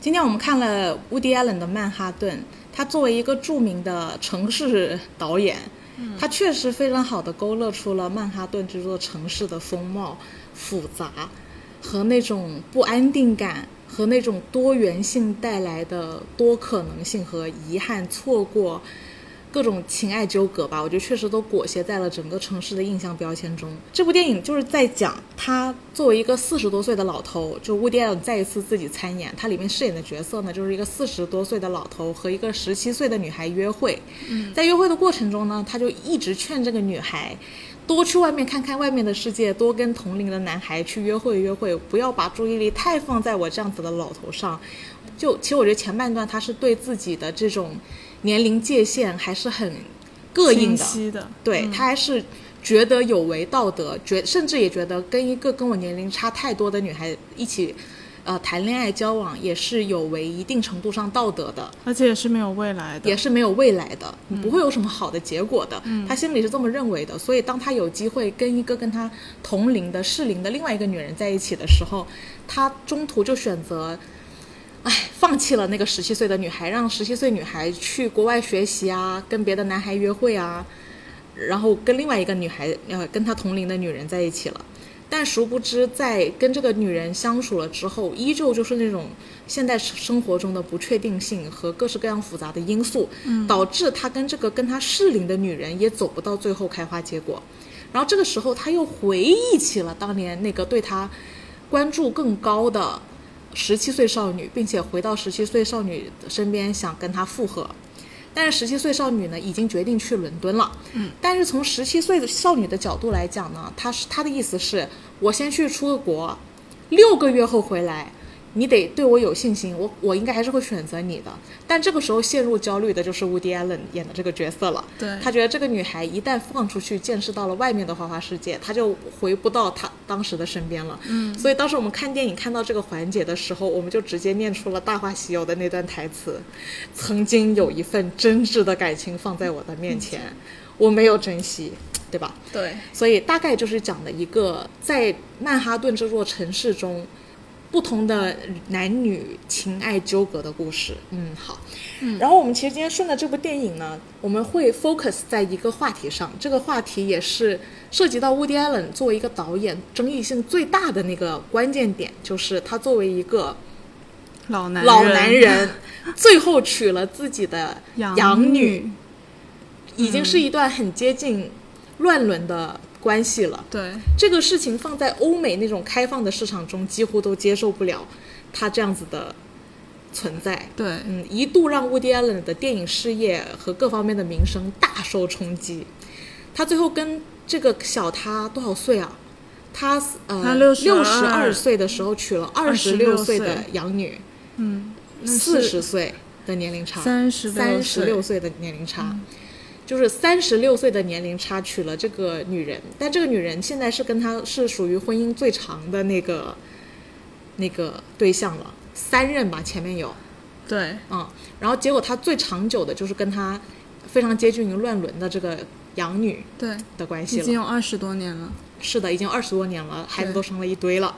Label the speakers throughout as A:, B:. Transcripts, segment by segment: A: 今天我们看了 Woody Allen 的《曼哈顿》，他作为一个著名的城市导演，他确实非常好的勾勒出了曼哈顿这座城市的风貌、复杂和那种不安定感。和那种多元性带来的多可能性和遗憾、错过各种情爱纠葛吧，我觉得确实都裹挟在了整个城市的印象标签中。这部电影就是在讲他作为一个四十多岁的老头，就乌迪艾伦再一次自己参演，他里面饰演的角色呢，就是一个四十多岁的老头和一个十七岁的女孩约会。嗯，在约会的过程中呢，他就一直劝这个女孩。多去外面看看外面的世界，多跟同龄的男孩去约会约会，不要把注意力太放在我这样子的老头上。就其实我觉得前半段他是对自己的这种年龄界限还是很膈应
B: 清
A: 的，
B: 晰的，
A: 对、他还是觉得有违道德，觉甚至也觉得跟一个跟我年龄差太多的女孩一起，呃，谈恋爱交往也是有违一定程度上道德的。
B: 而且也是没有未来的，
A: 也是没有未来的，你不会有什么好的结果的。他心里是这么认为的，所以当他有机会跟一个跟他同龄的适龄的另外一个女人在一起的时候，他中途就选择，哎，放弃了那个十七岁的女孩，让十七岁女孩去国外学习啊，跟别的男孩约会啊，然后跟另外一个女孩，呃，跟他同龄的女人在一起了。但殊不知，在跟这个女人相处了之后，依旧就是那种现代生活中的不确定性和各式各样复杂的因素，导致他跟这个跟他适龄的女人也走不到最后开花结果。然后这个时候，他又回忆起了当年那个对他关注更高的十七岁少女，并且回到十七岁少女的身边，想跟她复合。但是十七岁少女呢，已经决定去伦敦了。嗯，但是从十七岁的少女的角度来讲呢，她是她的意思是，我先去出个国，六个月后回来，你得对我有信心，我我应该还是会选择你的。但这个时候陷入焦虑的就是伍迪·艾伦演的这个角色了。
B: 对
A: 他觉得这个女孩一旦放出去，见识到了外面的花花世界，她就回不到她当时的身边了。嗯，所以当时我们看电影看到这个环节的时候，我们就直接念出了《大话西游》的那段台词：“曾经有一份真挚的感情放在我的面前，我没有珍惜，对吧？”
B: 对，
A: 所以大概就是讲的一个在曼哈顿这座城市中，不同的男女情爱纠葛的故事。嗯，好。然后我们其实今天顺着这部电影呢，我们会 focus 在一个话题上，这个话题也是涉及到 Woody Allen 作为一个导演争议性最大的那个关键点，就是他作为一个
B: 老男
A: 老男人， 最后娶了自己的
B: 养
A: 养女，已经是一段很接近乱伦的关系了。
B: 对，
A: 这个事情放在欧美那种开放的市场中，几乎都接受不了他这样子的存在。
B: 对，
A: 嗯，一度让 Woody Allen 的电影事业和各方面的名声大受冲击。他最后跟这个小他多少岁啊？他呃，
B: 他
A: 六
B: 62
A: 十二岁的时候娶了二十六
B: 26
A: 岁
B: 岁
A: 的养女，
B: 嗯，那
A: 四十岁的年龄差，
B: 36
A: 三十
B: 岁
A: 六岁的年龄
B: 嗯
A: 差，就是三十六岁的年龄差娶了这个女人，但这个女人现在是跟他是属于婚姻最长的那个那个对象了，三任吧，前面有，
B: 对，
A: 嗯，然后结果他最长久的就是跟他非常接近于乱伦的这个养女
B: 对，
A: 的关系
B: 已
A: 了，
B: 经有二十多年了，
A: 是的，已经二十多年了，孩子
B: 对
A: 都生了一堆了。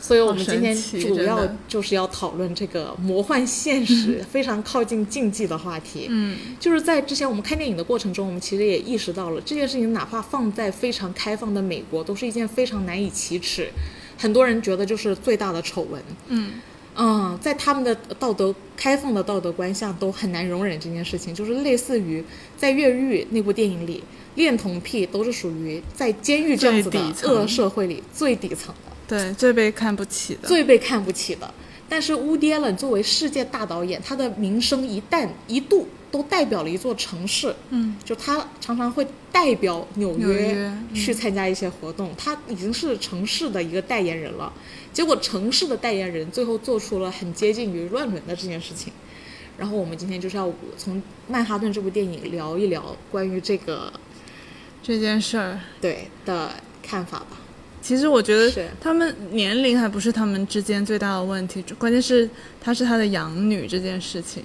A: 所以我们今天
B: 好神奇
A: 主要
B: 真的
A: 就是要讨论这个魔幻现实、 非常靠近禁忌的话题。
B: 嗯，
A: 就是在之前我们看电影的过程中，我们其实也意识到了这件事情，哪怕放在非常开放的美国，都是一件非常难以启齿，很多人觉得就是最大的丑闻。
B: 嗯，
A: 嗯，在他们的道德开放的道德观下，都很难容忍这件事情，就是类似于在《越狱》那部电影里，恋童癖都是属于在监狱这样子的
B: 最底层
A: 恶社会里最底层的、
B: 对，最被看不起的，
A: 最被看不起的。但是乌迪·艾伦作为世界大导演，他的名声一旦一度都代表了一座城市，
B: 嗯，
A: 就他常常会代表纽
B: 纽
A: 约
B: 约嗯
A: 去参加一些活动，他已经是城市的一个代言人了。结果城市的代言人最后做出了很接近于乱伦的这件事情。然后我们今天就是要从《曼哈顿》这部电影聊一聊关于这个
B: 这件事儿，
A: 对的看法吧。
B: 其实我觉
A: 是
B: 得他们年龄还不是他们之间最大的问题，关键是她是他的养女这件事情。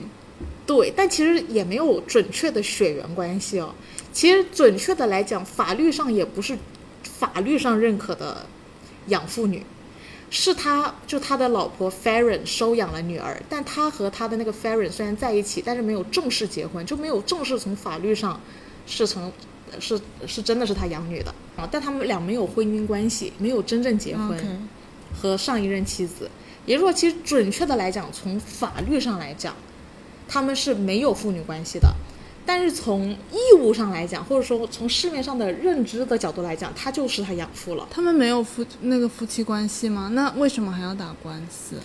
A: 对，但其实也没有准确的血缘关系哦。其实准确的来讲，法律上也不是法律上认可的养父女，是他就他的老婆 Farron 收养了女儿，但他和他的那个 Farron 虽然在一起，但是没有正式结婚，就没有正式从法律上是从是是真的是他养女的啊，但他们俩没有婚姻关系，没有真正结婚
B: OK
A: 和上一任妻子，也就是说，其实准确的来讲，从法律上来讲，他们是没有父女关系的。但是从义务上来讲，或者说从市面上的认知的角度来讲，他就是他养父了。
B: 他们没有夫那个夫妻关系吗？那为什么还要打官司？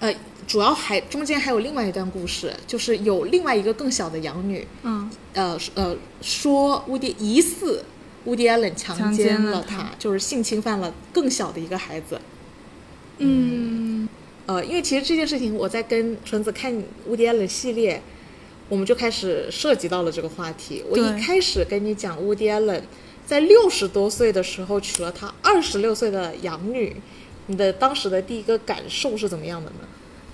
A: 呃，主要还中间还有另外一段故事，就是有另外一个更小的养女，
B: 嗯，
A: 呃呃，说乌迪疑似乌迪安伦强
B: 强
A: 奸
B: 奸
A: 了
B: 了
A: 她，
B: 她
A: 就是性侵犯了更小的一个孩子。
B: 嗯，
A: 呃，因为其实这件事情，我在跟纯子看乌迪安伦系列，我们就开始涉及到了这个话题。我一
B: 对
A: 开始跟你讲乌迪安伦在六十多岁的时候娶了他二十六岁的养女，你的当时的第一个感受是怎么样的呢？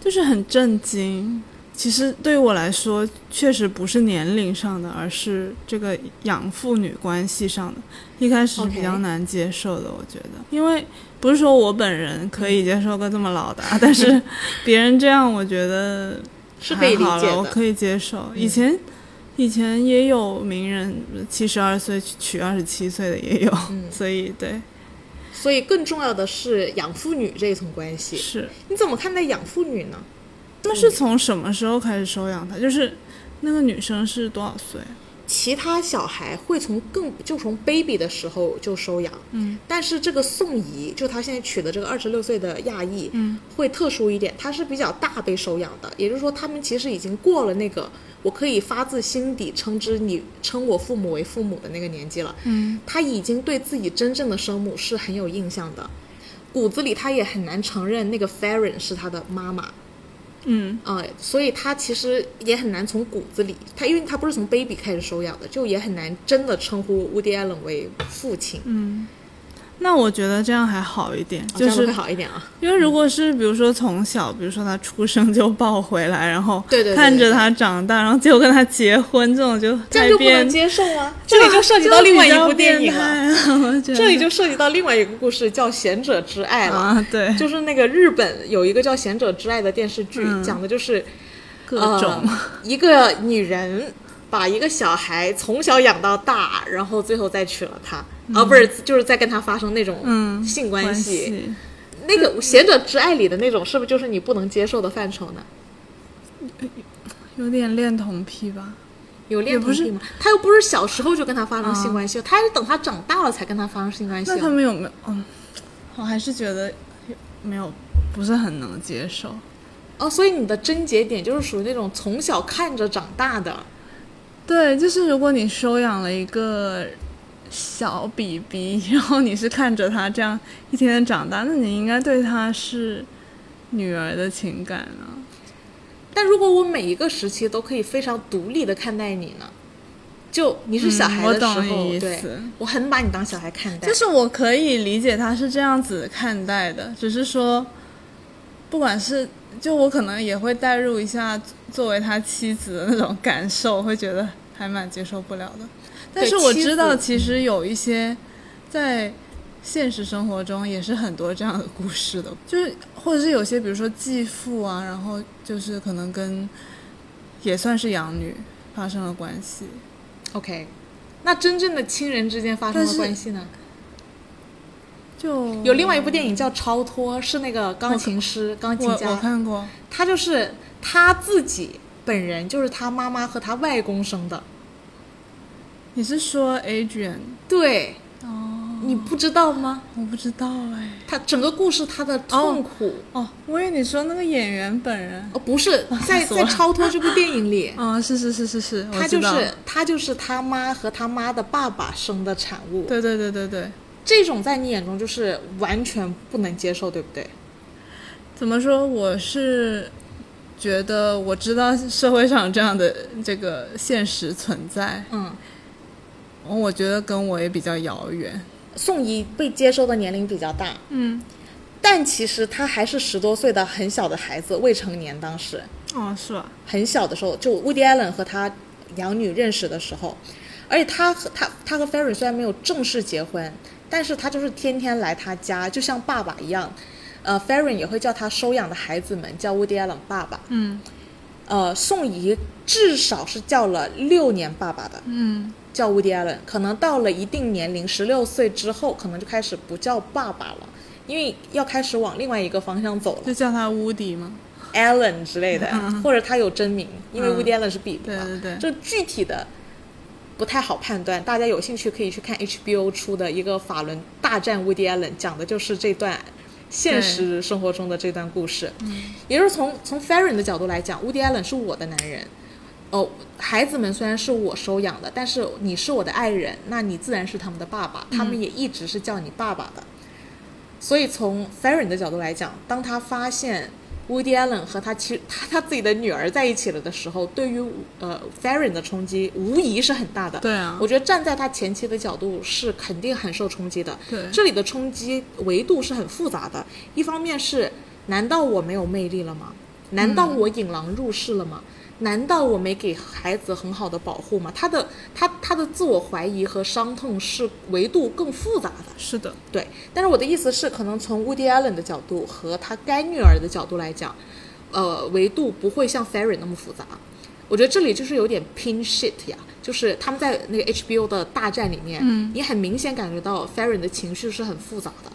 B: 就是很震惊。其实对于我来说，确实不是年龄上的，而是这个养父女关系上的。一开始是
A: OK
B: 比较难接受的，我觉得，因为不是说我本人可以接受个这么老的啊，但是别人这样，我觉得
A: 是可以理
B: 还好嗯
A: 解
B: 了，我
A: 的。
B: 可以接受。以前以前也有名人七十二岁娶二十七岁的也有，所以对
A: 所以更重要的是养父女这一层关系，
B: 是。
A: 你怎么看待养父女呢？
B: 那是从什么时候开始收养他？就是那个女生是多少岁？
A: 其他小孩会从更就从 baby 的时候就收养，
B: 嗯，
A: 但是这个宋怡，就她现在娶的这个二十六岁的亚裔，
B: 嗯，
A: 会特殊一点，她是比较大被收养的，也就是说他们其实已经过了那个我可以发自心底称之你称我父母为父母的那个年纪了，
B: 嗯，
A: 他已经对自己真正的生母是很有印象的，骨子里他也很难承认那个 Farron 是他的妈妈，
B: 嗯，
A: 呃，所以他其实也很难从骨子里，他因为他不是从 baby 开始收养的，就也很难真的称呼 Woody Allen 为父亲，嗯，
B: 那我觉得这样还好一点，
A: 这
B: 就
A: 样会
B: 是
A: 好一点啊。
B: 因为如果是比如说从小，比如说他出生就抱回来，然后
A: 嗯对对对
B: 看着他长大，然后结果跟他结婚，这种就
A: 这样
B: 太
A: 就不能
B: 变，
A: 接受啊！ 这里就涉及到另外一部电影了，
B: 了，啊我觉得
A: 这里就涉及到另外一个故事，叫《贤者之爱》了。
B: 啊，对，
A: 就是那个日本有一个叫《贤者之爱》的电视剧，讲的就是
B: 各
A: 呃
B: 种、
A: 一个女人把一个小孩从小养到大，然后最后再娶了他，啊，不是，就是在跟他发生那种
B: 嗯
A: 性
B: 关
A: 关系。那
B: 嗯
A: 个《贤者之爱》里的那种，是不是就是你不能接受的范畴呢？
B: 有点恋童癖吧？
A: 有恋童癖吗？他又不是小时候就跟他发生性关系，他是等他长大了才跟他发生性关系
B: 啊那他
A: 啊。
B: 们有没有？嗯，我还是觉得没有，不是很能接受。
A: 哦，所以你的症结点就是属于那种从小看着长大的。
B: 对，就是如果你收养了一个小 BB，然后你是看着他这样一天天长大，那你应该对他是女儿的情感啊。
A: 但如果我每一个时期都可以非常独立的看待你呢？就你是小
B: 嗯
A: 孩
B: 我
A: 的时候，
B: 懂你意
A: 对
B: 思，
A: 我很把你当小孩看待。
B: 就是我可以理解他是这样子看待的，只是说，不管是就我可能也会带入一下作为他妻子的那种感受，会觉得还蛮接受不了的。但是我知
A: 妻
B: 道，
A: 子
B: 其实有一些在现实生活中也是很多这样的故事的，就是或者是有些比如说继父啊，然后就是可能跟也算是养女发生了关系，
A: OK，那真正的亲人之间发生
B: 但
A: 的
B: 是
A: 关系呢？
B: 就
A: 有另外一部电影叫《超脱》，是那个钢琴师、钢琴
B: 我我
A: 家，
B: 看过，
A: 他就是他自己本人，就是他妈妈和他外公生的。
B: 你是说 Adrian？
A: 对，
B: 哦，
A: 你不知道吗？
B: 我不知道哎。
A: 他整个故事他的痛苦
B: 哦，我以为你说那个演员本人
A: 哦。不是在
B: 死
A: 在
B: 我
A: 《超脱》这部电影里，
B: 哦，是是是是是，我
A: 他
B: 知
A: 就
B: 道
A: 是他就是他妈和他妈的爸爸生的产物。
B: 对对对对对。
A: 这种在你眼中就是完全不能接受，对不对？
B: 怎么说？我是觉得我知道社会上这样的这个现实存在，
A: 嗯，
B: 我觉得跟我也比较遥远。
A: 宋怡被接收的年龄比较大，
B: 嗯，
A: 但其实他还是十多岁的很小的孩子，未成年。当时
B: 哦，是吧？
A: 很小的时候，就 Woody Allen 和他养女认识的时候，而且他和他他和 Ferry 虽然没有正式结婚，但是他就是天天来他家，就像爸爸一样。呃 f a r r e n 也会叫他收养的孩子们叫 Woody Allen 爸爸。
B: 嗯
A: 呃，宋怡至少是叫了六年爸爸的，
B: 嗯
A: 叫 Woody Allen。可能到了一定年龄，十六岁之后，可能就开始不叫爸爸了，因为要开始往另外一个方向走了
B: 就叫他乌迪嘛。
A: ，Allen 之类的，或者他有真名，因为
B: 嗯
A: Woody Allen 是笔名
B: 对
A: 嘛。
B: 对对，
A: 这具体的不太好判断，大家有兴趣可以去看 HBO 出的一个法伦大战 Woody Allen，讲的就是这段现实生活中的这段故事。
B: 嗯
A: 也就是从从 Farron 的角度来讲，Woody Allen 是我的男人。哦，孩子们虽然是我收养的，但是你是我的爱人，那你自然是他们的爸爸，他
B: 嗯
A: 们也一直是叫你爸爸的。所以从 Farron 的角度来讲，当他发现 Woody Allen 和他其他他自己的女儿在一起了的时候，对于呃 Farron 的冲击无疑是很大的。
B: 对啊
A: 我觉得站在他前妻的角度是肯定很受冲击的。
B: 对
A: 这里的冲击维度是很复杂的，一方面是难道我没有魅力了吗？难道我引狼入室了吗？难道我没给孩子很好的保护吗？他的他他的自我怀疑和伤痛是维度更复杂的。
B: 是的，
A: 对，但是我的意思是，可能从 Woody Allen 的角度和他干女儿的角度来讲，呃，维度不会像 Ferry 那么复杂。我觉得这里就是有点 pin shit 呀，就是他们在那个 HBO 的大战里面，
B: 嗯
A: 你很明显感觉到 Ferry 的情绪是很复杂的，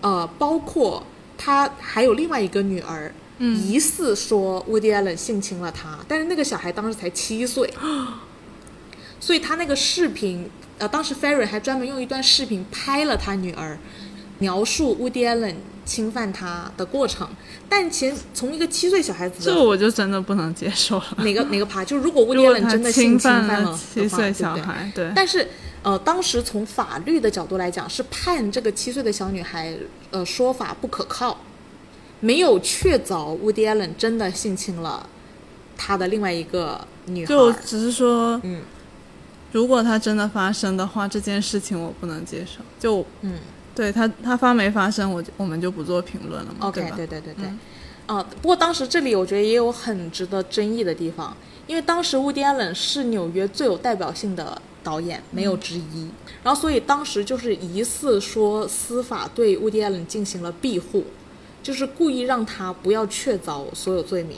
A: 呃，包括他还有另外一个女儿，
B: 嗯
A: 疑似说 Woody Allen 性侵了她，但是那个小孩当时才七 岁，所以他那个视频，呃，当时 Ferry 还专门用一段视频拍了他女儿，描述 Woody Allen 侵犯她的过程。但其实从一个七岁小孩子
B: 这
A: 的
B: 我就真的不能接受了。
A: 哪个哪个爬，就是如果 Woody
B: 如果
A: Allen
B: 他
A: 真的性侵犯
B: 犯
A: 了
B: 七
A: 的话
B: 岁
A: 对不
B: 小
A: 对
B: 孩，对
A: 但是呃，当时从法律的角度来讲，是判这个七岁的小女孩呃说法不可靠，没有确凿 Woody Allen 真的性侵了他的另外一个女孩
B: 就
A: 儿。
B: 只是说，
A: 嗯
B: 如果它真的发生的话，这件事情我不能接受。就
A: 嗯
B: 对它它发没发生，我就我们就不做评论了嘛
A: ，OK，
B: 吧？嗯
A: 对对对对。啊，不过当时这里我觉得也有很值得争议的地方，因为当时 Woody Allen 是纽约最有代表性的导演，没有之一。
B: 嗯
A: 然后所以当时就是疑似说司法对 Woody Allen 进行了庇护，就是故意让他不要确凿所有罪名。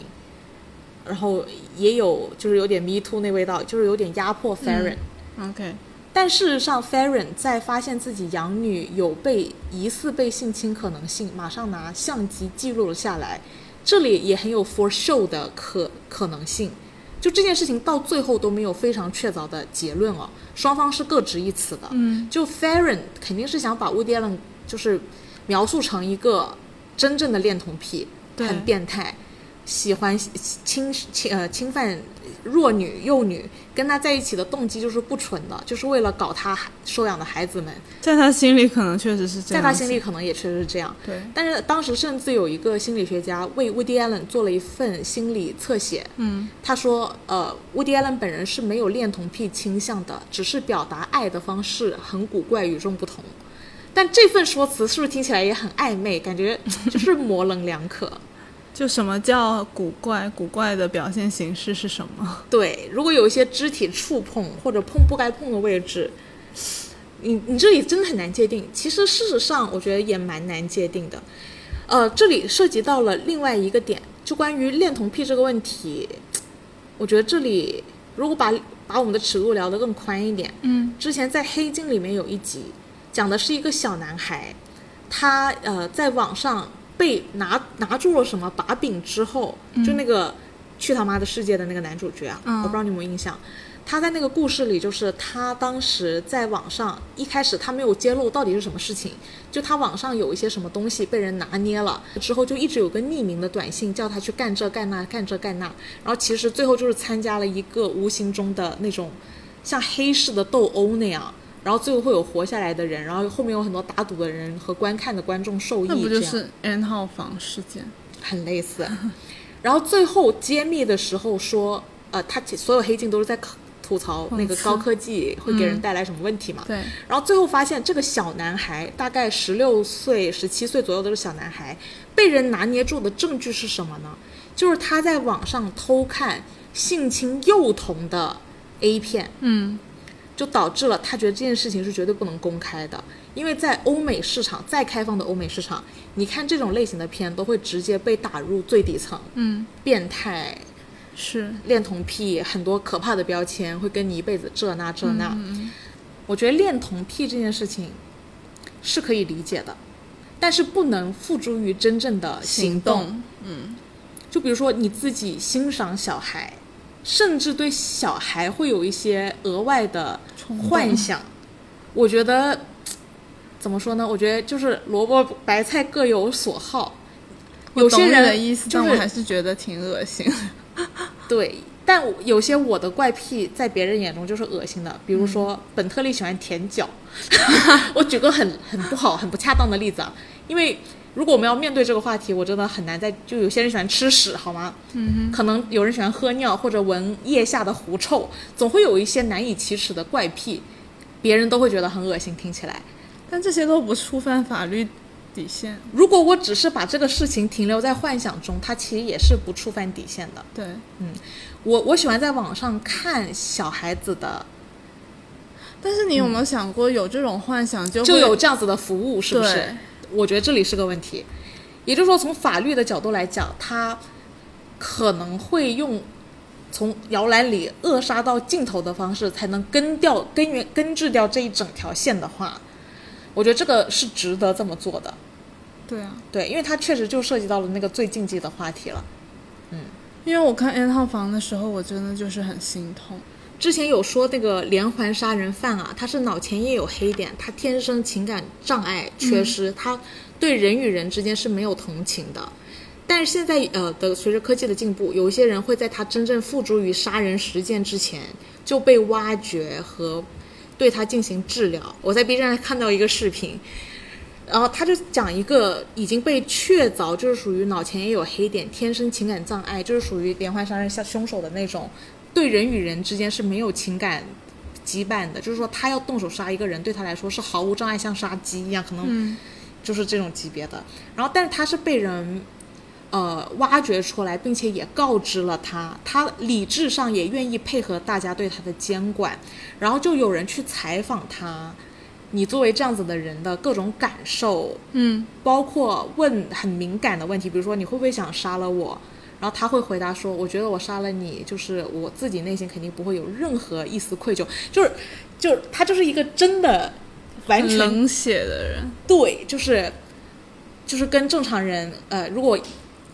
A: 然后也有就是有点 Me Too 那味道，就是有点压迫
B: 嗯
A: Farron、
B: OK，
A: 但事实上，Farron 在发现自己养女有被疑似被性侵可能性，马上拿相机记录了下来。这里也很有 for show 的可可能性。就这件事情到最后都没有非常确凿的结论哦，双方是各执一词的。
B: 嗯，
A: 就 Farron 肯定是想把 Woody Allen 就是描述成一个真正的恋童癖，
B: 对
A: 很变态，喜欢侵侵呃侵犯弱女幼女，跟他在一起的动机就是不纯的，就是为了搞他收养的孩子们，
B: 在他心里可能确实是这
A: 在
B: 样，
A: 他心里，可能也确实是这样。
B: 对，
A: 但是当时甚至有一个心理学家为 Woody Allen 做了一份心理侧写，
B: 嗯，
A: 他说，呃，Woody Allen 本人是没有恋童癖倾向的，只是表达爱的方式很古怪，与众不同。但这份说辞是不是听起来也很暧昧？感觉 就是模棱两可。
B: 就什么叫古怪？古怪的表现形式是什么？
A: 对，如果有一些肢体触碰或者碰不该碰的位置，你你这里真的很难界定。其实事实上，我觉得也蛮难界定的。呃，这里涉及到了另外一个点，就关于恋童癖这个问题，我觉得这里如果把把我们的尺度聊得更宽一点，
B: 嗯
A: 之前在《黑镜》里面有一集，讲的是一个小男孩，他呃在网上被拿拿住了什么把柄之后，就那个去他妈的世界的那个男主角啊，
B: 嗯
A: 我不知道你有没有印象。他在那个故事里，就是他当时在网上一开始他没有揭露到底是什么事情，就他网上有一些什么东西被人拿捏了，之后就一直有个匿名的短信叫他去干这干那干这干那，然后其实最后就是参加了一个无形中的那种像黑市的斗殴那样，然后最后会有活下来的人，然后后面有很多打赌的人和观看的观众受益，
B: 那不
A: 这
B: 就
A: 样
B: 是 N 号房事件？
A: 很类似。然后最后揭秘的时候说，呃，他其所有黑镜都是在吐槽那个高科技会给人带来什么问题嘛？
B: 对，
A: 然后最后发现这个小男孩，大概十六岁、十七岁左右的这个小男孩，被人拿捏住的证据是什么呢？就是他在网上偷看性侵幼童的 A 片，
B: 嗯，
A: 就导致了他觉得这件事情是绝对不能公开的，因为在欧美市场，再开放的欧美市场，你看这种类型的片都会直接被打入最底层，
B: 嗯，
A: 变态、
B: 是，
A: 恋童癖，很多可怕的标签会跟你一辈子这那这那。我觉得恋童癖这件事情是可以理解的，但是不能付诸于真正的行动。
B: 动，嗯，
A: 就比如说你自己欣赏小孩，甚至对小孩会有一些额外的
B: 冲动
A: 幻想，我觉得怎么说呢？我觉得就是萝卜白菜各有所好，有
B: 懂
A: 些
B: 你
A: 人
B: 的意思，
A: 就
B: 但我还
A: 是
B: 是觉得挺恶心。
A: 对。但我有些我的怪癖在别人眼中就是恶心的，比如说本特利喜欢舔脚， 我举个很很不好、很不恰当的例子啊，因为如果我们要面对这个话题，我真的很难在就有些人喜欢吃屎，好吗？
B: 嗯
A: 可能有人喜欢喝尿或者闻腋下的狐臭，总会有一些难以启齿的怪癖，别人都会觉得很恶心。听起来，
B: 哼，但这些都不触犯法律底线，
A: 如果我只是把这个事情停留在幻想中，它其实也是不触犯底线的。
B: 对。
A: 我我喜欢在网上看小孩子的，
B: 但是你有没有想过，有这种幻想就会
A: 就有这样子的服务，是不是
B: 对？
A: 我觉得这里是个问题。也就是说，从法律的角度来讲，它可能会用从摇篮里扼杀到尽头的方式，才能根掉、根源、根治掉这一整条线的话，我觉得这个是值得这么做的。
B: 对啊，
A: 对，因为它确实就涉及到了那个最禁忌的话题了。
B: 因为我看 N 号房的时候，我真的就是很心痛。
A: 之前有说那个连环杀人犯啊，他是脑前叶有黑点，他天生情感障碍缺失，他对人与人之间是没有同情的。但是现在呃的随着科技的进步，有一些人会在他真正付诸于杀人实践之前就被挖掘和对他进行治疗。我在 B 站看到一个视频，然后他就讲一个已经被确凿，就是属于脑前也有黑点、天生情感障碍，就是属于连环杀人下凶手的那种，对人与人之间是没有情感羁绊的，就是说他要动手杀一个人，对他来说是毫无障碍，像杀鸡一样，可能就是这种级别的。然后，但是他是被人呃挖掘出来，并且也告知了他，他理智上也愿意配合大家对他的监管，然后就有人去采访他，你作为这样子的人的各种感受，
B: 嗯，
A: 包括问很敏感的问题，比如说你会不会想杀了我？然后他会回答说：“我觉得我杀了你，就是我自己内心肯定不会有任何一丝愧疚，就是，就是他就是一个真的完
B: 很
A: 全
B: 冷血的人，
A: 对，就是就是跟正常人，呃，如果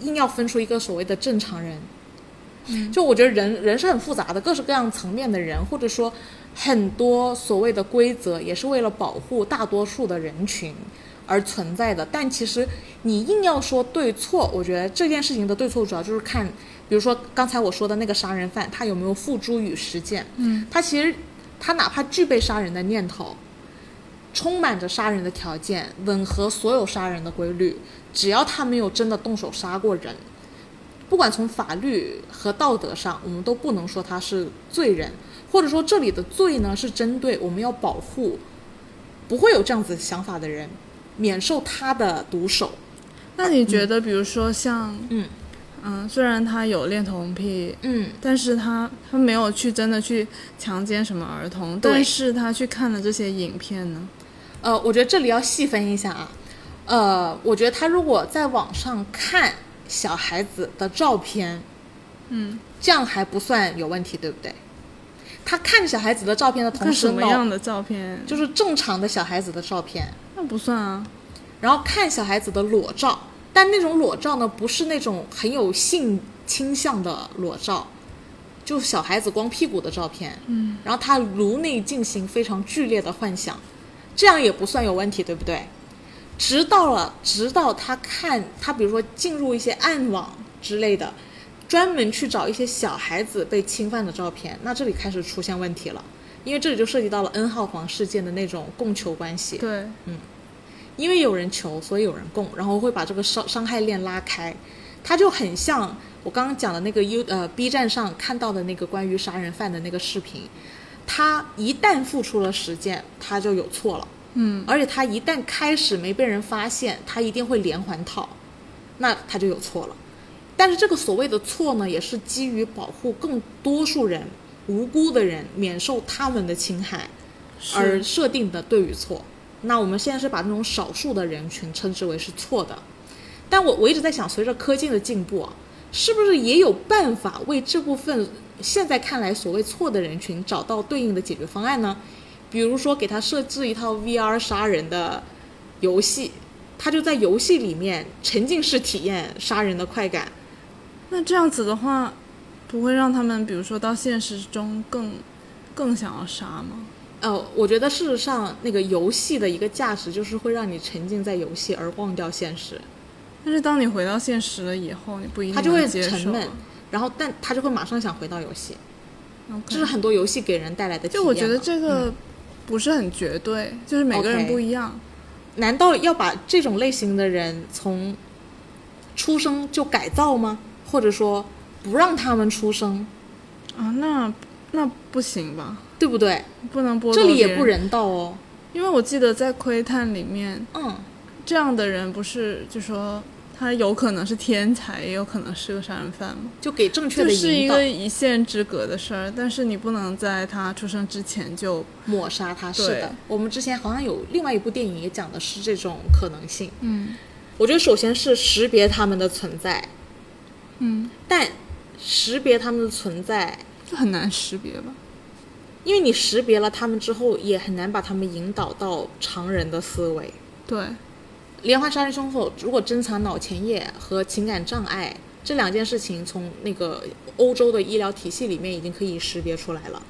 A: 硬要分出一个所谓的正常人，
B: 嗯
A: 就我觉得人人是很复杂的，各式各样层面的人，或者说很多所谓的规则也是为了保护大多数的人群而存在的。但其实你硬要说对错，我觉得这件事情的对错主要就是看，比如说刚才我说的那个杀人犯，他有没有付诸于实践。
B: 嗯，
A: 他其实他哪怕具备杀人的念头，充满着杀人的条件，吻合所有杀人的规律，只要他没有真的动手杀过人，不管从法律和道德上，我们都不能说他是罪人，或者说这里的罪呢是针对我们要保护不会有这样子想法的人，免受他的毒手。
B: 那你觉得，比如说像，
A: 嗯
B: 嗯、虽然他有恋童癖，
A: 嗯，
B: 但是他他没有去真的去强奸什么儿童，
A: 对
B: 但是他去看了这些影片呢？
A: 呃，我觉得这里要细分一下啊。呃，我觉得他如果在网上看小孩子的照片，
B: 嗯，
A: 这样还不算有问题，对不对？他看小孩子的照片的同
B: 看
A: 时
B: 什么
A: 脑，
B: 样的照片？
A: 就是正常的小孩子的照片，
B: 那不算啊。
A: 然后看小孩子的裸照，但那种裸照呢，不是那种很有性倾向的裸照，就小孩子光屁股的照片。
B: 嗯，
A: 然后他颅内进行非常剧烈的幻想，这样也不算有问题，对不对？直到了，直到他看他，比如说进入一些暗网之类的，专门去找一些小孩子被侵犯的照片，那这里开始出现问题了，因为这里就涉及到了 N 号房事件的那种供求关系。
B: 对，
A: 因为有人求，所以有人供，然后会把这个伤伤害链拉开。它就很像我刚刚讲的那个 U 呃 B 站上看到的那个关于杀人犯的那个视频，他一旦付出了实践，他就有错了，
B: 嗯，
A: 而且他一旦开始没被人发现，他一定会连环套，那他就有错了。但是这个所谓的错呢，也是基于保护更多数人无辜的人免受他们的侵害而设定的对与错。那我们现在是把那种少数的人群称之为是错的，但我我一直在想，随着科技的进步啊，是不是也有办法为这部分现在看来所谓错的人群找到对应的解决方案呢？比如说给他设置一套 VR 杀人的游戏，他就在游戏里面沉浸式体验杀人的快感。
B: 那这样子的话，不会让他们比如说到现实中更更想要杀吗？
A: 呃，我觉得事实上，那个游戏的一个价值就是会让你沉浸在游戏而忘掉现实，
B: 但是当你回到现实了以后，你不一定
A: 他就会
B: 能接受
A: 沉
B: 啊
A: 闷，然后但他就会马上想回到游戏，
B: 啊 OK
A: 这是很多游戏给人带来的体验
B: 就
A: 嘛。
B: 我觉得这个不是很绝对，就是每个人
A: OK
B: 不一样。
A: 难道要把这种类型的人从出生就改造吗？或者说不让他们出生，
B: 啊，那那不行吧？
A: 对不对？
B: 不能剥夺
A: 这里
B: 别
A: 也
B: 人
A: 不，人道哦。
B: 因为我记得在《窥探》里面，
A: 嗯，
B: 这样的人不是就说他有可能是天才，也有可能是个杀人犯吗？
A: 就给正确
B: 这
A: 的
B: 是一
A: 引导，
B: 个一线之隔的事儿，但是你不能在他出生之前就
A: 抹杀它。是
B: 对
A: 的，我们之前好像有另外一部电影也讲的是这种可能性。
B: 嗯
A: 我觉得首先是识别他们的存在，
B: 嗯，
A: 但识别他们的存在，
B: 就很难识别吧？
A: 因为你识别了他们之后，也很难把他们引导到常人的思维。
B: 对，
A: 连环杀人凶手如果侦查脑前叶和情感障碍这两件事情，从那个欧洲的医疗体系里面已经可以识别出来了。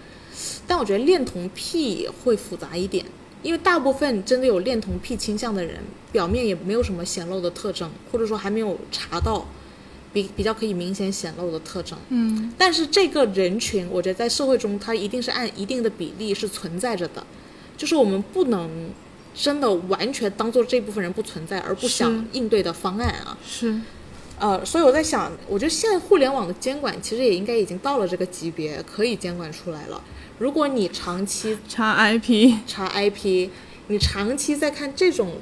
A: 但我觉得恋童癖会复杂一点，因为大部分真的有恋童癖倾向的人，表面也没有什么显露的特征，或者说还没有查到比比较可以明显显露的特征。
B: 嗯
A: 但是这个人群，我觉得在社会中，它一定是按一定的比例是存在着的，就是我们不能真的完全当做这部分人不存在而不
B: 是
A: 想应对的方案啊。
B: 是，
A: 呃，所以我在想，我觉得现在互联网的监管其实也应该已经到了这个级别，可以监管出来了。如果你长期
B: 查 IP
A: 查 IP，你长期在看这种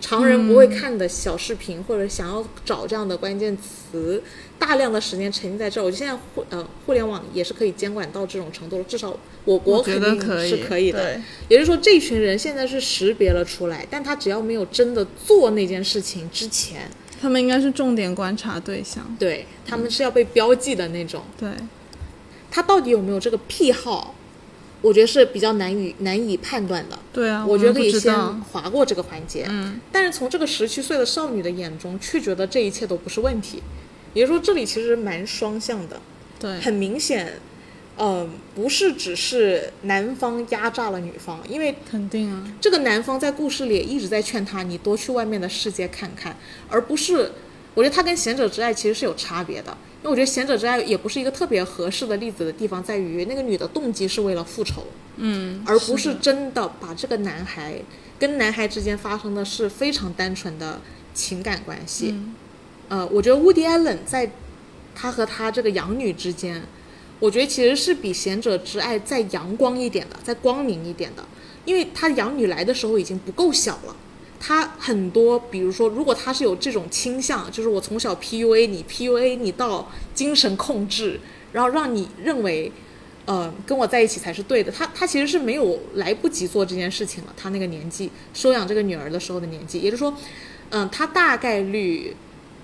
A: 常人
B: 嗯
A: 不会看的小视频，或者想要找这样的关键词，大量的时间沉浸在这儿，我觉得现在互呃互联网也是可以监管到这种程度了，至少我国
B: 觉
A: 肯
B: 得
A: 定
B: 可以，
A: 是可以的。
B: 对
A: 也就是说，这群人现在是识别了出来，但他只要没有真的做那件事情之前，
B: 他们应该是重点观察对象。
A: 对他们是要被标记的那种。
B: 对，
A: 他到底有没有这个癖好，我觉得是比较难以难以判断的。
B: 对啊，
A: 我觉得可以
B: 们不知
A: 先
B: 道
A: 划过这个环节。
B: 嗯，
A: 但是从这个十七岁的少女的眼中，却觉得这一切都不是问题。也就是说，这里其实蛮双向的。
B: 对，
A: 很明显，嗯、不是只是男方压榨了女方，因为
B: 肯定啊，
A: 这个男方在故事里也一直在劝她，你多去外面的世界看看，而不是，我觉得他跟《贤者之爱》其实是有差别的。因为我觉得《贤者之爱》也不是一个特别合适的例子的地方，在于那个女的动机是为了复仇，
B: 嗯，
A: 而不是
B: 的
A: 真的把这个男孩跟男孩之间发生的是非常单纯的情感关系。
B: 嗯
A: 呃，我觉得乌迪·艾伦在他和他这个养女之间，我觉得其实是比《贤者之爱》再阳光一点的，再光明一点的，因为他养女来的时候已经不够小了。他很多，比如说，如果他是有这种倾向，就是我从小 PUA 你，PUA 你到精神控制，然后让你认为，呃，跟我在一起才是对的。他他其实是没有来不及做这件事情了。他那个年纪收养这个女儿的时候的年纪，也就是说，嗯、他大概率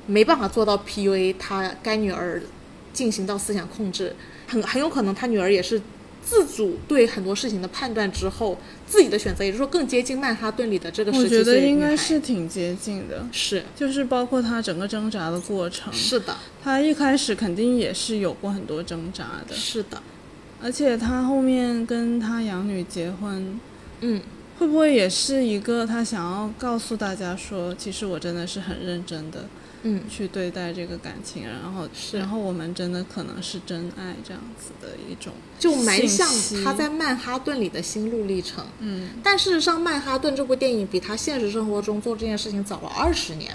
A: 没办法做到 PUA 他该女儿进行到思想控制，很很有可能他女儿也是自主对很多事情的判断之后自己的选择，也就是说更接近曼哈顿里的这个
B: 我
A: 十七
B: 觉得
A: 岁的
B: 应
A: 女孩
B: 该是挺接近的，
A: 是
B: 就是包括他整个挣扎的过程，
A: 是的
B: 他一开始肯定也是有过很多挣扎的，
A: 是的，
B: 而且他后面跟他养女结婚，
A: 嗯，
B: 会不会也是一个他想要告诉大家说，其实我真的是很认真的
A: 嗯
B: 去对待这个感情，然后
A: 是
B: 然后我们真的可能是真爱这样子的一种，
A: 就蛮像
B: 信息
A: 他在曼哈顿里的心路历程。
B: 嗯，
A: 但事实上，《曼哈顿》这部电影比他现实生活中做这件事情早了二十年。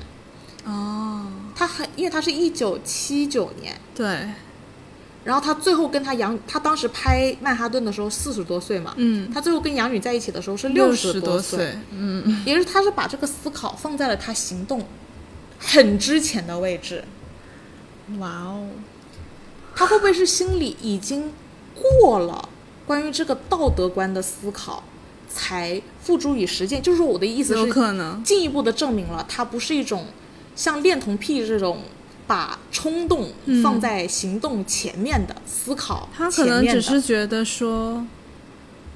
B: 哦，
A: 他很，因为他是一九七九年，
B: 对，
A: 然后他最后跟他养，他当时拍《曼哈顿》的时候四十多岁嘛，
B: 嗯，
A: 他最后跟养女在一起的时候是
B: 六
A: 十
B: 多
A: 岁，，
B: 嗯，
A: 也就是他是把这个思考放在了他行动很之前的位置。
B: 哇哦，
A: 他会不会是心里已经过过了关于这个道德观的思考，才付诸于实践。就是说，我的意思
B: 有
A: 是，
B: 可能，
A: 进一步的证明了它不是一种像恋童癖这种把冲动放在行动前面的、思考前面的。
B: 嗯他可能只是觉得说，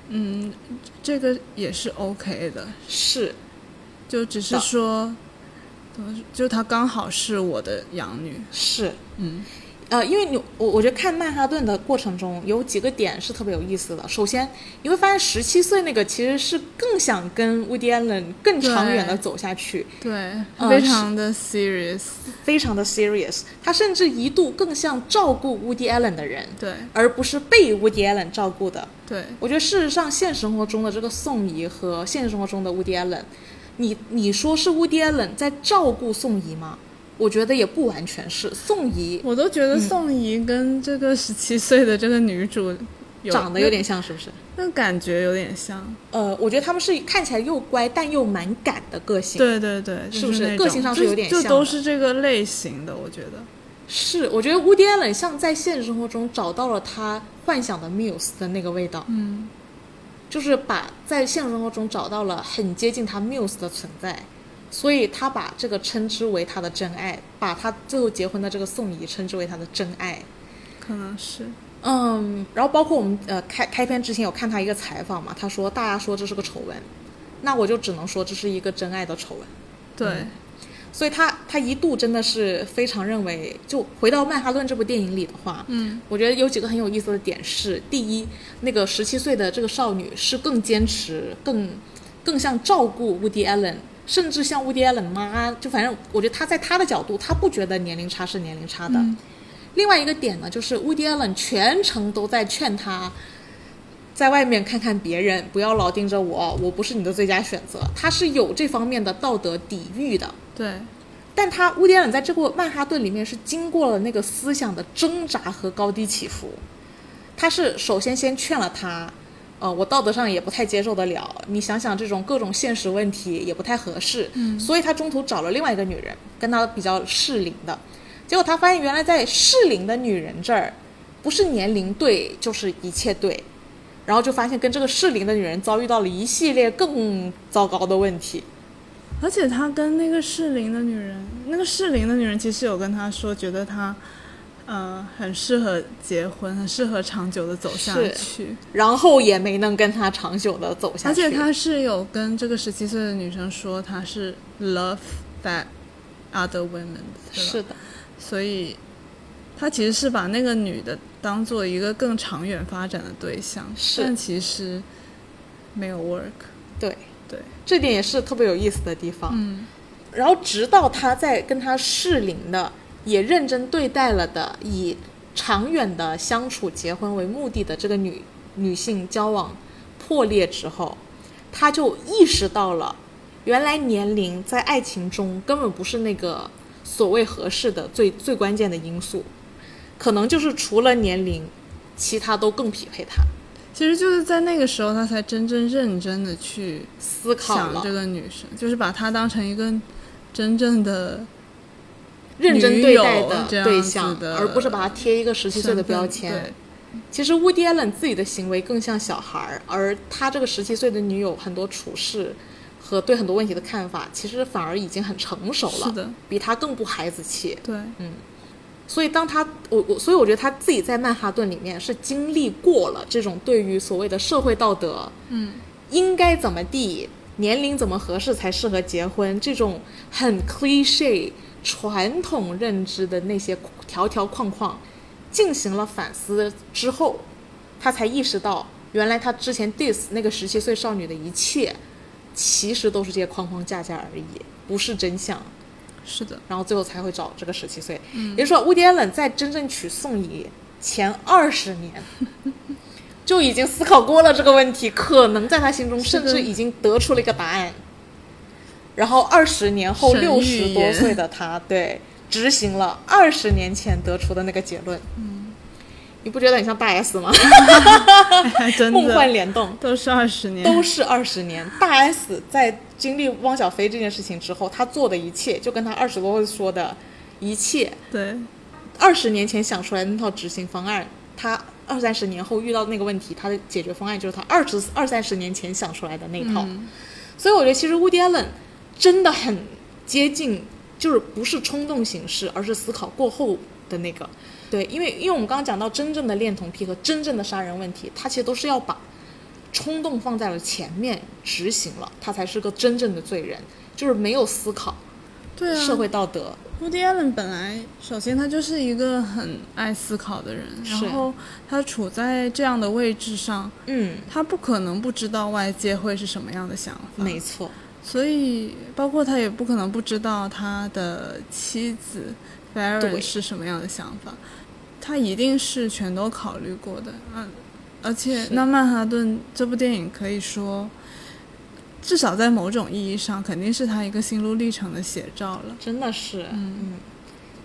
B: 嗯，这个也是 OK 的，
A: 是
B: 就只是
A: 的
B: 说，怎么就他刚好是我的养女，
A: 是
B: 嗯
A: 呃，因为你我我觉得看曼哈顿的过程中有几个点是特别有意思的。首先，你会发现十七岁那个其实是更想跟 Woody Allen 更长远的
B: 对
A: 走下去，
B: 对，
A: 呃
B: 非
A: 是
B: 常的 serious，
A: 非常的 serious。他甚至一度更像照顾 Woody Allen 的人，
B: 对
A: 而不是被 Woody Allen 照顾的。
B: 对，
A: 我觉得事实上，现实生活中的这个宋怡和现实生活中的 Woody Allen，你你说是 Woody Allen 在照顾宋怡吗？我觉得也不完全是，宋怡
B: 我都觉得
A: 嗯
B: 宋怡跟这个十七岁的这个女主有
A: 长得有点像，是不是？
B: 那，那感觉有点像，
A: 呃，我觉得他们是看起来又乖但又蛮敢的个性。，
B: 对对对，
A: 是
B: 就
A: 不
B: 是
A: 是
B: 那
A: 个
B: 种
A: 性上
B: 就是
A: 有点
B: 就
A: 像
B: 都
A: 的
B: 是这个类型的，我觉得，
A: 是，我觉得 Woody Allen 像在现实生活中找到了他幻想的 Muse 的那个味道，
B: 嗯，
A: 就是把在现实生活中找到了很接近他 Muse 的存在，所以他把这个称之为他的真爱，把他最后结婚的这个宋怡称之为他的真爱。
B: 可能是，
A: 嗯，然后包括我们呃开开篇之前有看他一个采访嘛，他说大家说这是个丑闻，那我就只能说这是一个真爱的丑闻。
B: 对，
A: 所以他他一度真的是非常认为，就回到《曼哈顿》这部电影里的话，
B: 嗯，
A: 我觉得有几个很有意思的点是：第一，那个十七岁的这个少女是更坚持、更更像照顾 Woody Allen，甚至像 Woody Allen 妈，就反正我觉得她在她的角度，她不觉得年龄差是年龄差的。
B: 嗯
A: 另外一个点呢，就是 Woody Allen 全程都在劝她。在外面看看别人，不要老盯着我，我不是你的最佳选择。她是有这方面的道德底蕴的，
B: 对，
A: 但他乌迪安在这个曼哈顿里面是经过了那个思想的挣扎和高低起伏。他是首先先劝了他，呃，我道德上也不太接受得了，你想想这种各种现实问题也不太合适，
B: 嗯
A: 所以他中途找了另外一个女人，跟他比较适龄的，结果他发现原来在适龄的女人这儿，不是年龄对就是一切对，然后就发现跟这个适龄的女人遭遇到了一系列更糟糕的问题，
B: 而且他跟那个适龄的女人，那个适龄的女人其实有跟他说，觉得他，呃，很适合结婚，很适合长久的走下
A: 是
B: 去。
A: 然后也没能跟他长久的走下
B: 而
A: 去。
B: 且他是有跟这个十七岁的女生说，他是 love that other women，的对吧
A: 是的，
B: 所以他其实是把那个女的当做一个更长远发展的对象，
A: 是
B: 但其实没有 work。
A: 对，
B: 对，
A: 这点也是特别有意思的地方。
B: 嗯，
A: 然后直到他在跟他适龄的、也认真对待了的、以长远的相处、结婚为目的的这个女女性交往破裂之后，他就意识到了，原来年龄在爱情中根本不是那个所谓合适的最最关键的因素，可能就是除了年龄，其他都更匹配他。
B: 其实就是在那个时候，他才真正认真的去
A: 思考
B: 想
A: 了
B: 这，个女生，就是把她当成一个真正的
A: 认真对待
B: 女友这
A: 的
B: 样
A: 对
B: 子
A: 象，
B: 的
A: 而不是把它贴一个十七岁的
B: 身份
A: 标签。。其实 Woody Allen 自己的行为更像小孩儿，而他这个十七岁的女友很多处事和对很多问题的看法，其实反而已经很成熟
B: 对，是
A: 了，
B: 的，
A: 比他更不孩子气。
B: 对，
A: 所以当他我我所以我觉得他自己在曼哈顿里面是经历过了这种对于所谓的社会道德
B: 嗯，
A: 应该怎么地，年龄怎么合适才适合结婚，这种很 cliche 传统认知的那些条条框框，进行了反思之后，他才意识到，原来他之前 diss 那个十七岁少女的一切，其实都是这些框框架架而已，不是真相。
B: 是的，
A: 然后最后才会找这个十七岁。
B: 嗯
A: 也就是说，乌迪安冷在真正娶宋怡前二十年就已经思考过了这个问题，可能在他心中
B: 是
A: 甚
B: 的
A: 至已经得出了一个答案。然后二十年后，
B: 神
A: 六
B: 预
A: 十多
B: 言
A: 岁的他，对，执行了二十年前得出的那个结论。嗯，你不觉得很像大 S 吗？
B: 还真
A: 梦
B: 的
A: 幻联动。
B: 都是二十年，
A: 都是二十年。大 S 在经历汪小菲这件事情之后，她做的一切，就跟她二十多岁说的一切，
B: 对，
A: 二十年前想出来的那套执行方案，她二三十年后遇到那个问题，他的解决方案就是他二十二三十年前想出来的那一套。
B: 嗯
A: 所以我觉得其实 Woody Allen 真的很接近，就是不是冲动行事，而是思考过后的那个。对，因为因为我们刚刚讲到真正的恋童癖和真正的杀人问题，他其实都是要把冲动放在了前面执行了，他才是个真正的罪人，就是没有思考
B: 对啊，
A: 社会道德。
B: Woody Allen 本来，首先他就是一个很爱思考的人，
A: 是
B: 然后他处在这样的位置上，
A: 嗯，
B: 他不可能不知道外界会是什么样的想法，
A: 没错，
B: 所以包括他也不可能不知道他的妻子 f a r r
A: 对
B: n 是什么样的想法，他一定是全都考虑过的。嗯，而且
A: 是
B: 那曼哈顿这部电影可以说，至少在某种意义上，肯定是他一个心路历程的写照了。
A: 真的是，嗯，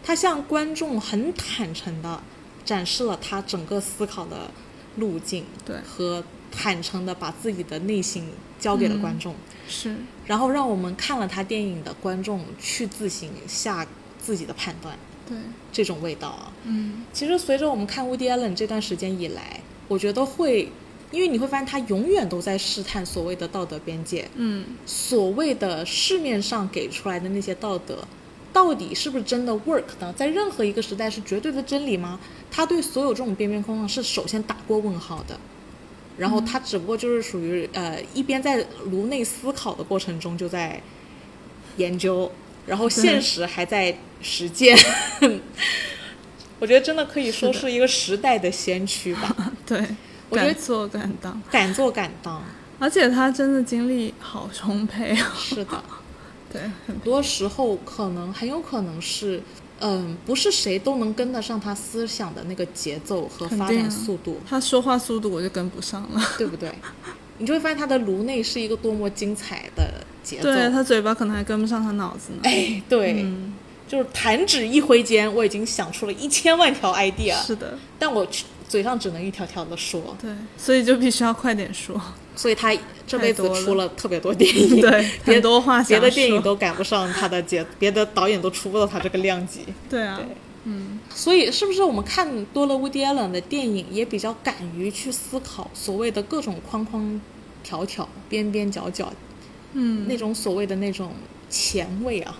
A: 他向观众很坦诚的展示了他整个思考的路径，
B: 对
A: 和坦诚的把自己的内心交给了观众。
B: 是，
A: 然后让我们看了他电影的观众去自行下自己的判断，
B: 对，
A: 这种味道啊。
B: 嗯，
A: 其实随着我们看 Woody Allen 这段时间以来，我觉得会，因为你会发现他永远都在试探所谓的道德边界，
B: 嗯，
A: 所谓的市面上给出来的那些道德，到底是不是真的 work 呢？在任何一个时代是绝对的真理吗？他对所有这种边边框框是首先打过问号的，然后他只不过就是属于呃一边在颅内思考的过程中就在研究，然后现实还在实践。 我觉得真的可以说
B: 是
A: 是一个时代的先驱吧，
B: 对，
A: 我觉得
B: 敢做敢当，
A: 敢做敢当。
B: 而且他真的精力好充沛 啊，
A: 是的。
B: 对，很
A: 很多时候可能很有可能是，嗯，不是谁都能跟得上他思想的那个节奏和
B: 肯
A: 发
B: 定
A: 展
B: 啊
A: 速度，
B: 他说话速度我就跟不上了，
A: 对不对？ 你就会发现他的颅内是一个多么精彩的节奏。
B: 对他嘴巴可能还跟不上他脑子呢。
A: 哎，对，
B: 嗯，
A: 就是弹指一挥间，我已经想出了一千万条 idea，
B: 是的，
A: 但我嘴上只能一条条的说，
B: 对，所以就必须要快点说，
A: 所以他这辈子
B: 太多了
A: 出了特别多电影，
B: 对，
A: 别
B: 很多话想
A: 别
B: 说
A: 的电影都赶不上他的节，别的导演都出不到他这个量级。
B: 对啊，
A: 对
B: 嗯，
A: 所以，是不是我们看多了 Woody Allen 的电影，也比较敢于去思考所谓的各种框框、条条、边边角角，
B: 嗯，
A: 那种所谓的那种前卫啊？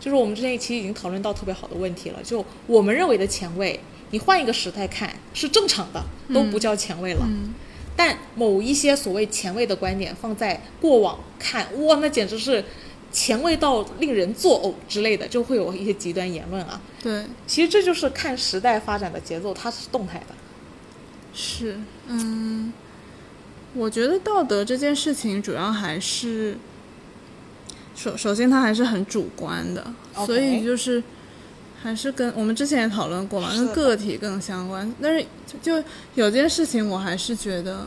A: 就是我们之前其实已经讨论到特别好的问题了。就我们认为的前卫，你换一个时代看是正常的，都不叫前卫了。
B: 嗯
A: 但某一些所谓前卫的观点放在过往看，哇，那简直是前卫到令人作呕之类的，就会有一些极端言论啊。
B: 对，
A: 其实这就是看时代发展的节奏，它是动态的。
B: 是，嗯，我觉得道德这件事情主要还是，首首先它还是很主观的
A: OK
B: 所以就是还是跟我们之前也讨论过嘛，
A: 是
B: 跟
A: 的
B: 个体更相关。但是就就有件事情，我还是觉得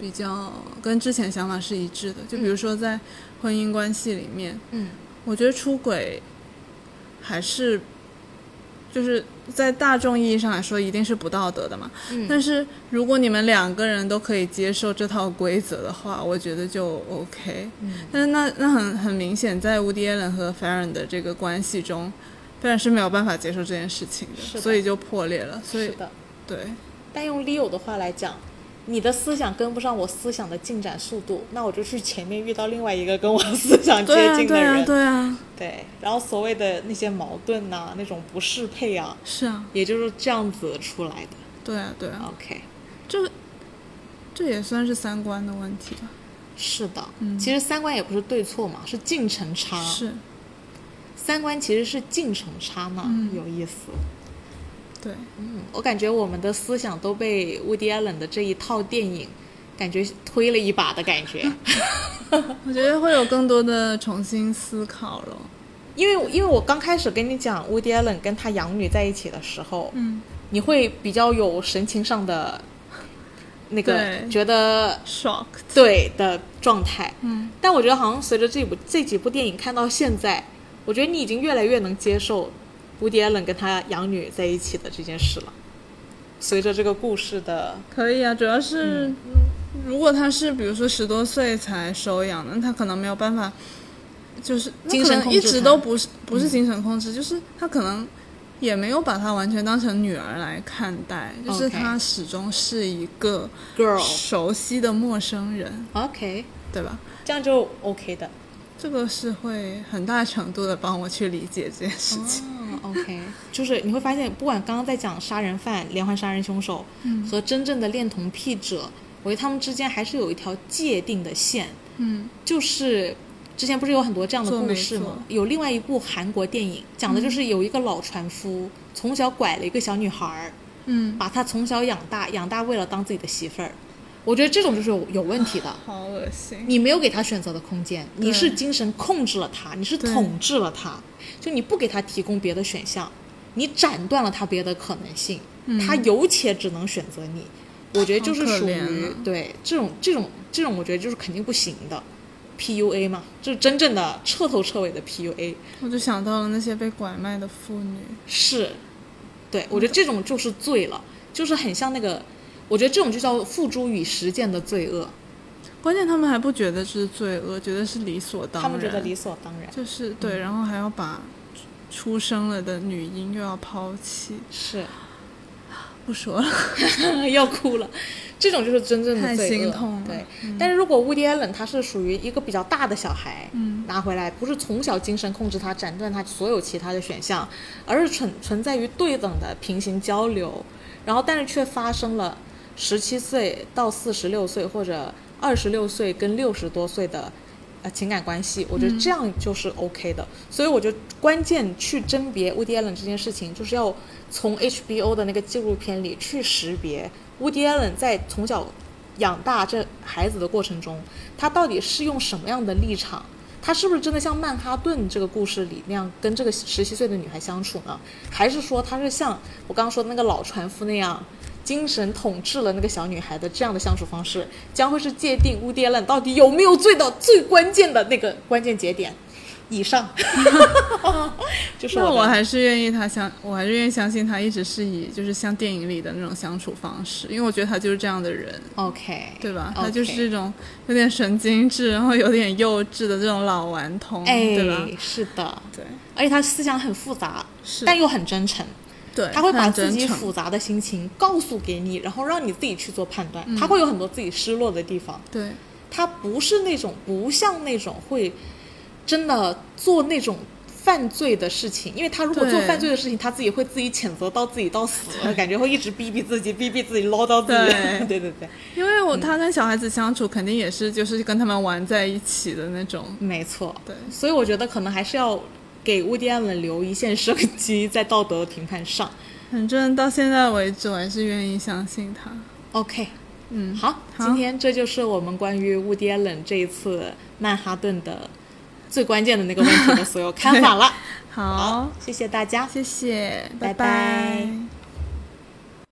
B: 比较跟之前想法是一致的，就比如说在婚姻关系里面，
A: 嗯，
B: 我觉得出轨还是就是在大众意义上来说，一定是不道德的嘛。
A: 嗯
B: 但是如果你们两个人都可以接受这套规则的话，我觉得就 OK。
A: 嗯
B: 但是那那很很明显，在 Woody Allen 和 Farron 的这个关系中，Farron 是没有办法接受这件事情
A: 是的
B: 所以就破裂了。所
A: 是
B: 以
A: 的。
B: 对
A: 但用 Leo 的话来讲，你的思想跟不上我思想的进展速度，那我就去前面遇到另外一个跟我思想接
B: 对啊
A: 近的
B: 对
A: 人。
B: 啊对啊，
A: 对然后所谓的那些矛盾呐、那种不适配啊，
B: 是啊
A: 也就是这样子出来的。
B: 对啊对啊，
A: OK，
B: 这个这也算是三观的问题吧？
A: 是的，其实三观也不是对错嘛，是进程差。
B: 嗯是，
A: 三观其实是进程差呢，
B: 嗯
A: 有意思。
B: 对，
A: 嗯，我感觉我们的思想都被 Woody Allen 的这一套电影，感觉推了一把的感觉。
B: 我觉得会有更多的重新思考了。
A: 因为因为我刚开始跟你讲 Woody Allen 跟他养女在一起的时候，
B: 嗯，
A: 你会比较有神情上的那个
B: 对
A: 觉得
B: shocked，
A: 对的状态。
B: 嗯，
A: 但我觉得好像随着这部这几部电影看到现在，我觉得你已经越来越能接受 Woody Allen 跟他养女在一起的这件事了。随着这个故事的
B: 可以啊，主要是、如果他是比如说十多岁才收养的，那他可能没有办法，就是那
A: 精
B: 可
A: 神
B: 能
A: 控
B: 一
A: 制
B: 直
A: 他
B: 嗯都不是不是精神控制，就是他可能也没有把她完全当成女儿来看待，就是她始终是一个
A: girl，OK，、
B: 熟悉的陌生人，对吧？
A: 这样就 OK 的。
B: 这个是会很大程度的帮我去理解这件事情。
A: 嗯 OK，就是你会发现，不管刚刚在讲杀人犯、连环杀人凶手、和真正的恋童癖者，我觉得他们之间还是有一条界定的线。
B: 嗯
A: 就是之前不是有很多这样的
B: 做
A: 故
B: 媒
A: 事吗
B: 做？
A: 有另外一部韩国电影，讲的就是有一个老船夫从小拐了一个小女孩儿，
B: 嗯，
A: 把她从小养大，养大为了当自己的媳妇儿。我觉得这种就是有有问题的。
B: 好恶心。
A: 你没有给他选择的空间，
B: 对
A: 你是精神控制了他，你是
B: 对
A: 统治了他，就你不给他提供别的选项，你斩断了他别的可能性，
B: 嗯
A: 他有且只能选择你。我觉得就是
B: 好可
A: 属
B: 怜
A: 于
B: 啊
A: 对这种这种这种，我觉得就是肯定不行的，PUA 嘛，就是真正的彻头彻尾的 PUA。
B: 我就想到了那些被拐卖的妇女。
A: 是，对我觉得这种就是罪了，就是很像那个，我觉得这种就叫付诸于实践的罪恶，
B: 关键他们还不觉得这是罪恶，觉得是理所当然。
A: 他们觉得理所当然。嗯
B: 就是对，然后还要把出生了的女婴又要抛弃，
A: 是。
B: 不说了。
A: 要哭了，这种就是真正的
B: 太
A: 罪恶。
B: 心痛了
A: 对，但是如果 Woody Allen 他是属于一个比较大的小孩，
B: 嗯，
A: 拿回来不是从小精神控制他，斩断他所有其他的选项，而是存存在于对等的平行交流，然后但是却发生了十七岁到四十六岁或者二十六岁跟六十多岁的。呃，情感关系，我觉得这样就是 OK 的，所以我觉得关键去甄别 Woody Allen 这件事情，就是要从 HBO 的那个纪录片里去识别 Woody Allen 在从小养大这孩子的过程中，他到底是用什么样的立场？他是不是真的像曼哈顿这个故事里那样跟这个十七岁的女孩相处呢？还是说他是像我刚刚说的那个老船夫那样，精神统治了那个小女孩的这样的相处方式，将会是界定乌迪兰到底有没有罪的最关键的那个关键节点？以上， 就是
B: 那
A: 我
B: 我
A: 的
B: 还是愿意他相，我还是愿意相信他一直是以就是像电影里的那种相处方式，因为我觉得他就是这样的人，
A: OK，
B: 对吧？
A: OK
B: 他就是这种有点神经质，然后有点幼稚的这种老顽童，
A: 哎，
B: 嗯对吧？
A: 是的，
B: 对，
A: 而且他思想很复杂，
B: 是
A: 但又很真诚。
B: 对，
A: 他会把
B: 很
A: 自己
B: 真诚
A: 复杂的心情告诉给你，然后让你自己去做判断。
B: 嗯
A: 他会有很多自己失落的地方，
B: 对，
A: 他不是那种不像那种会真的做那种犯罪的事情，因为他如果
B: 对
A: 做犯罪的事情，他自己会自己谴责到自己到死，感觉会一直逼逼自己，逼逼自己，唠叨自己。对
B: 对
A: 对对，
B: 因为我他跟小孩子相处，肯定也是就是跟他们玩在一起的那种，
A: 没错。
B: 对，
A: 所以我觉得可能还是要给乌迪安伦留一线生机，在道德评判上。
B: 反正到现在为止，我还是愿意相信他。
A: OK，
B: 嗯，
A: 好，
B: 好
A: 今天这就是我们关于乌迪 l 伦这一次曼哈顿的最关键的那个问题的所有看法了。
B: 好，
A: 好，谢谢大家。
B: 谢谢，
A: 拜
B: 拜
A: 拜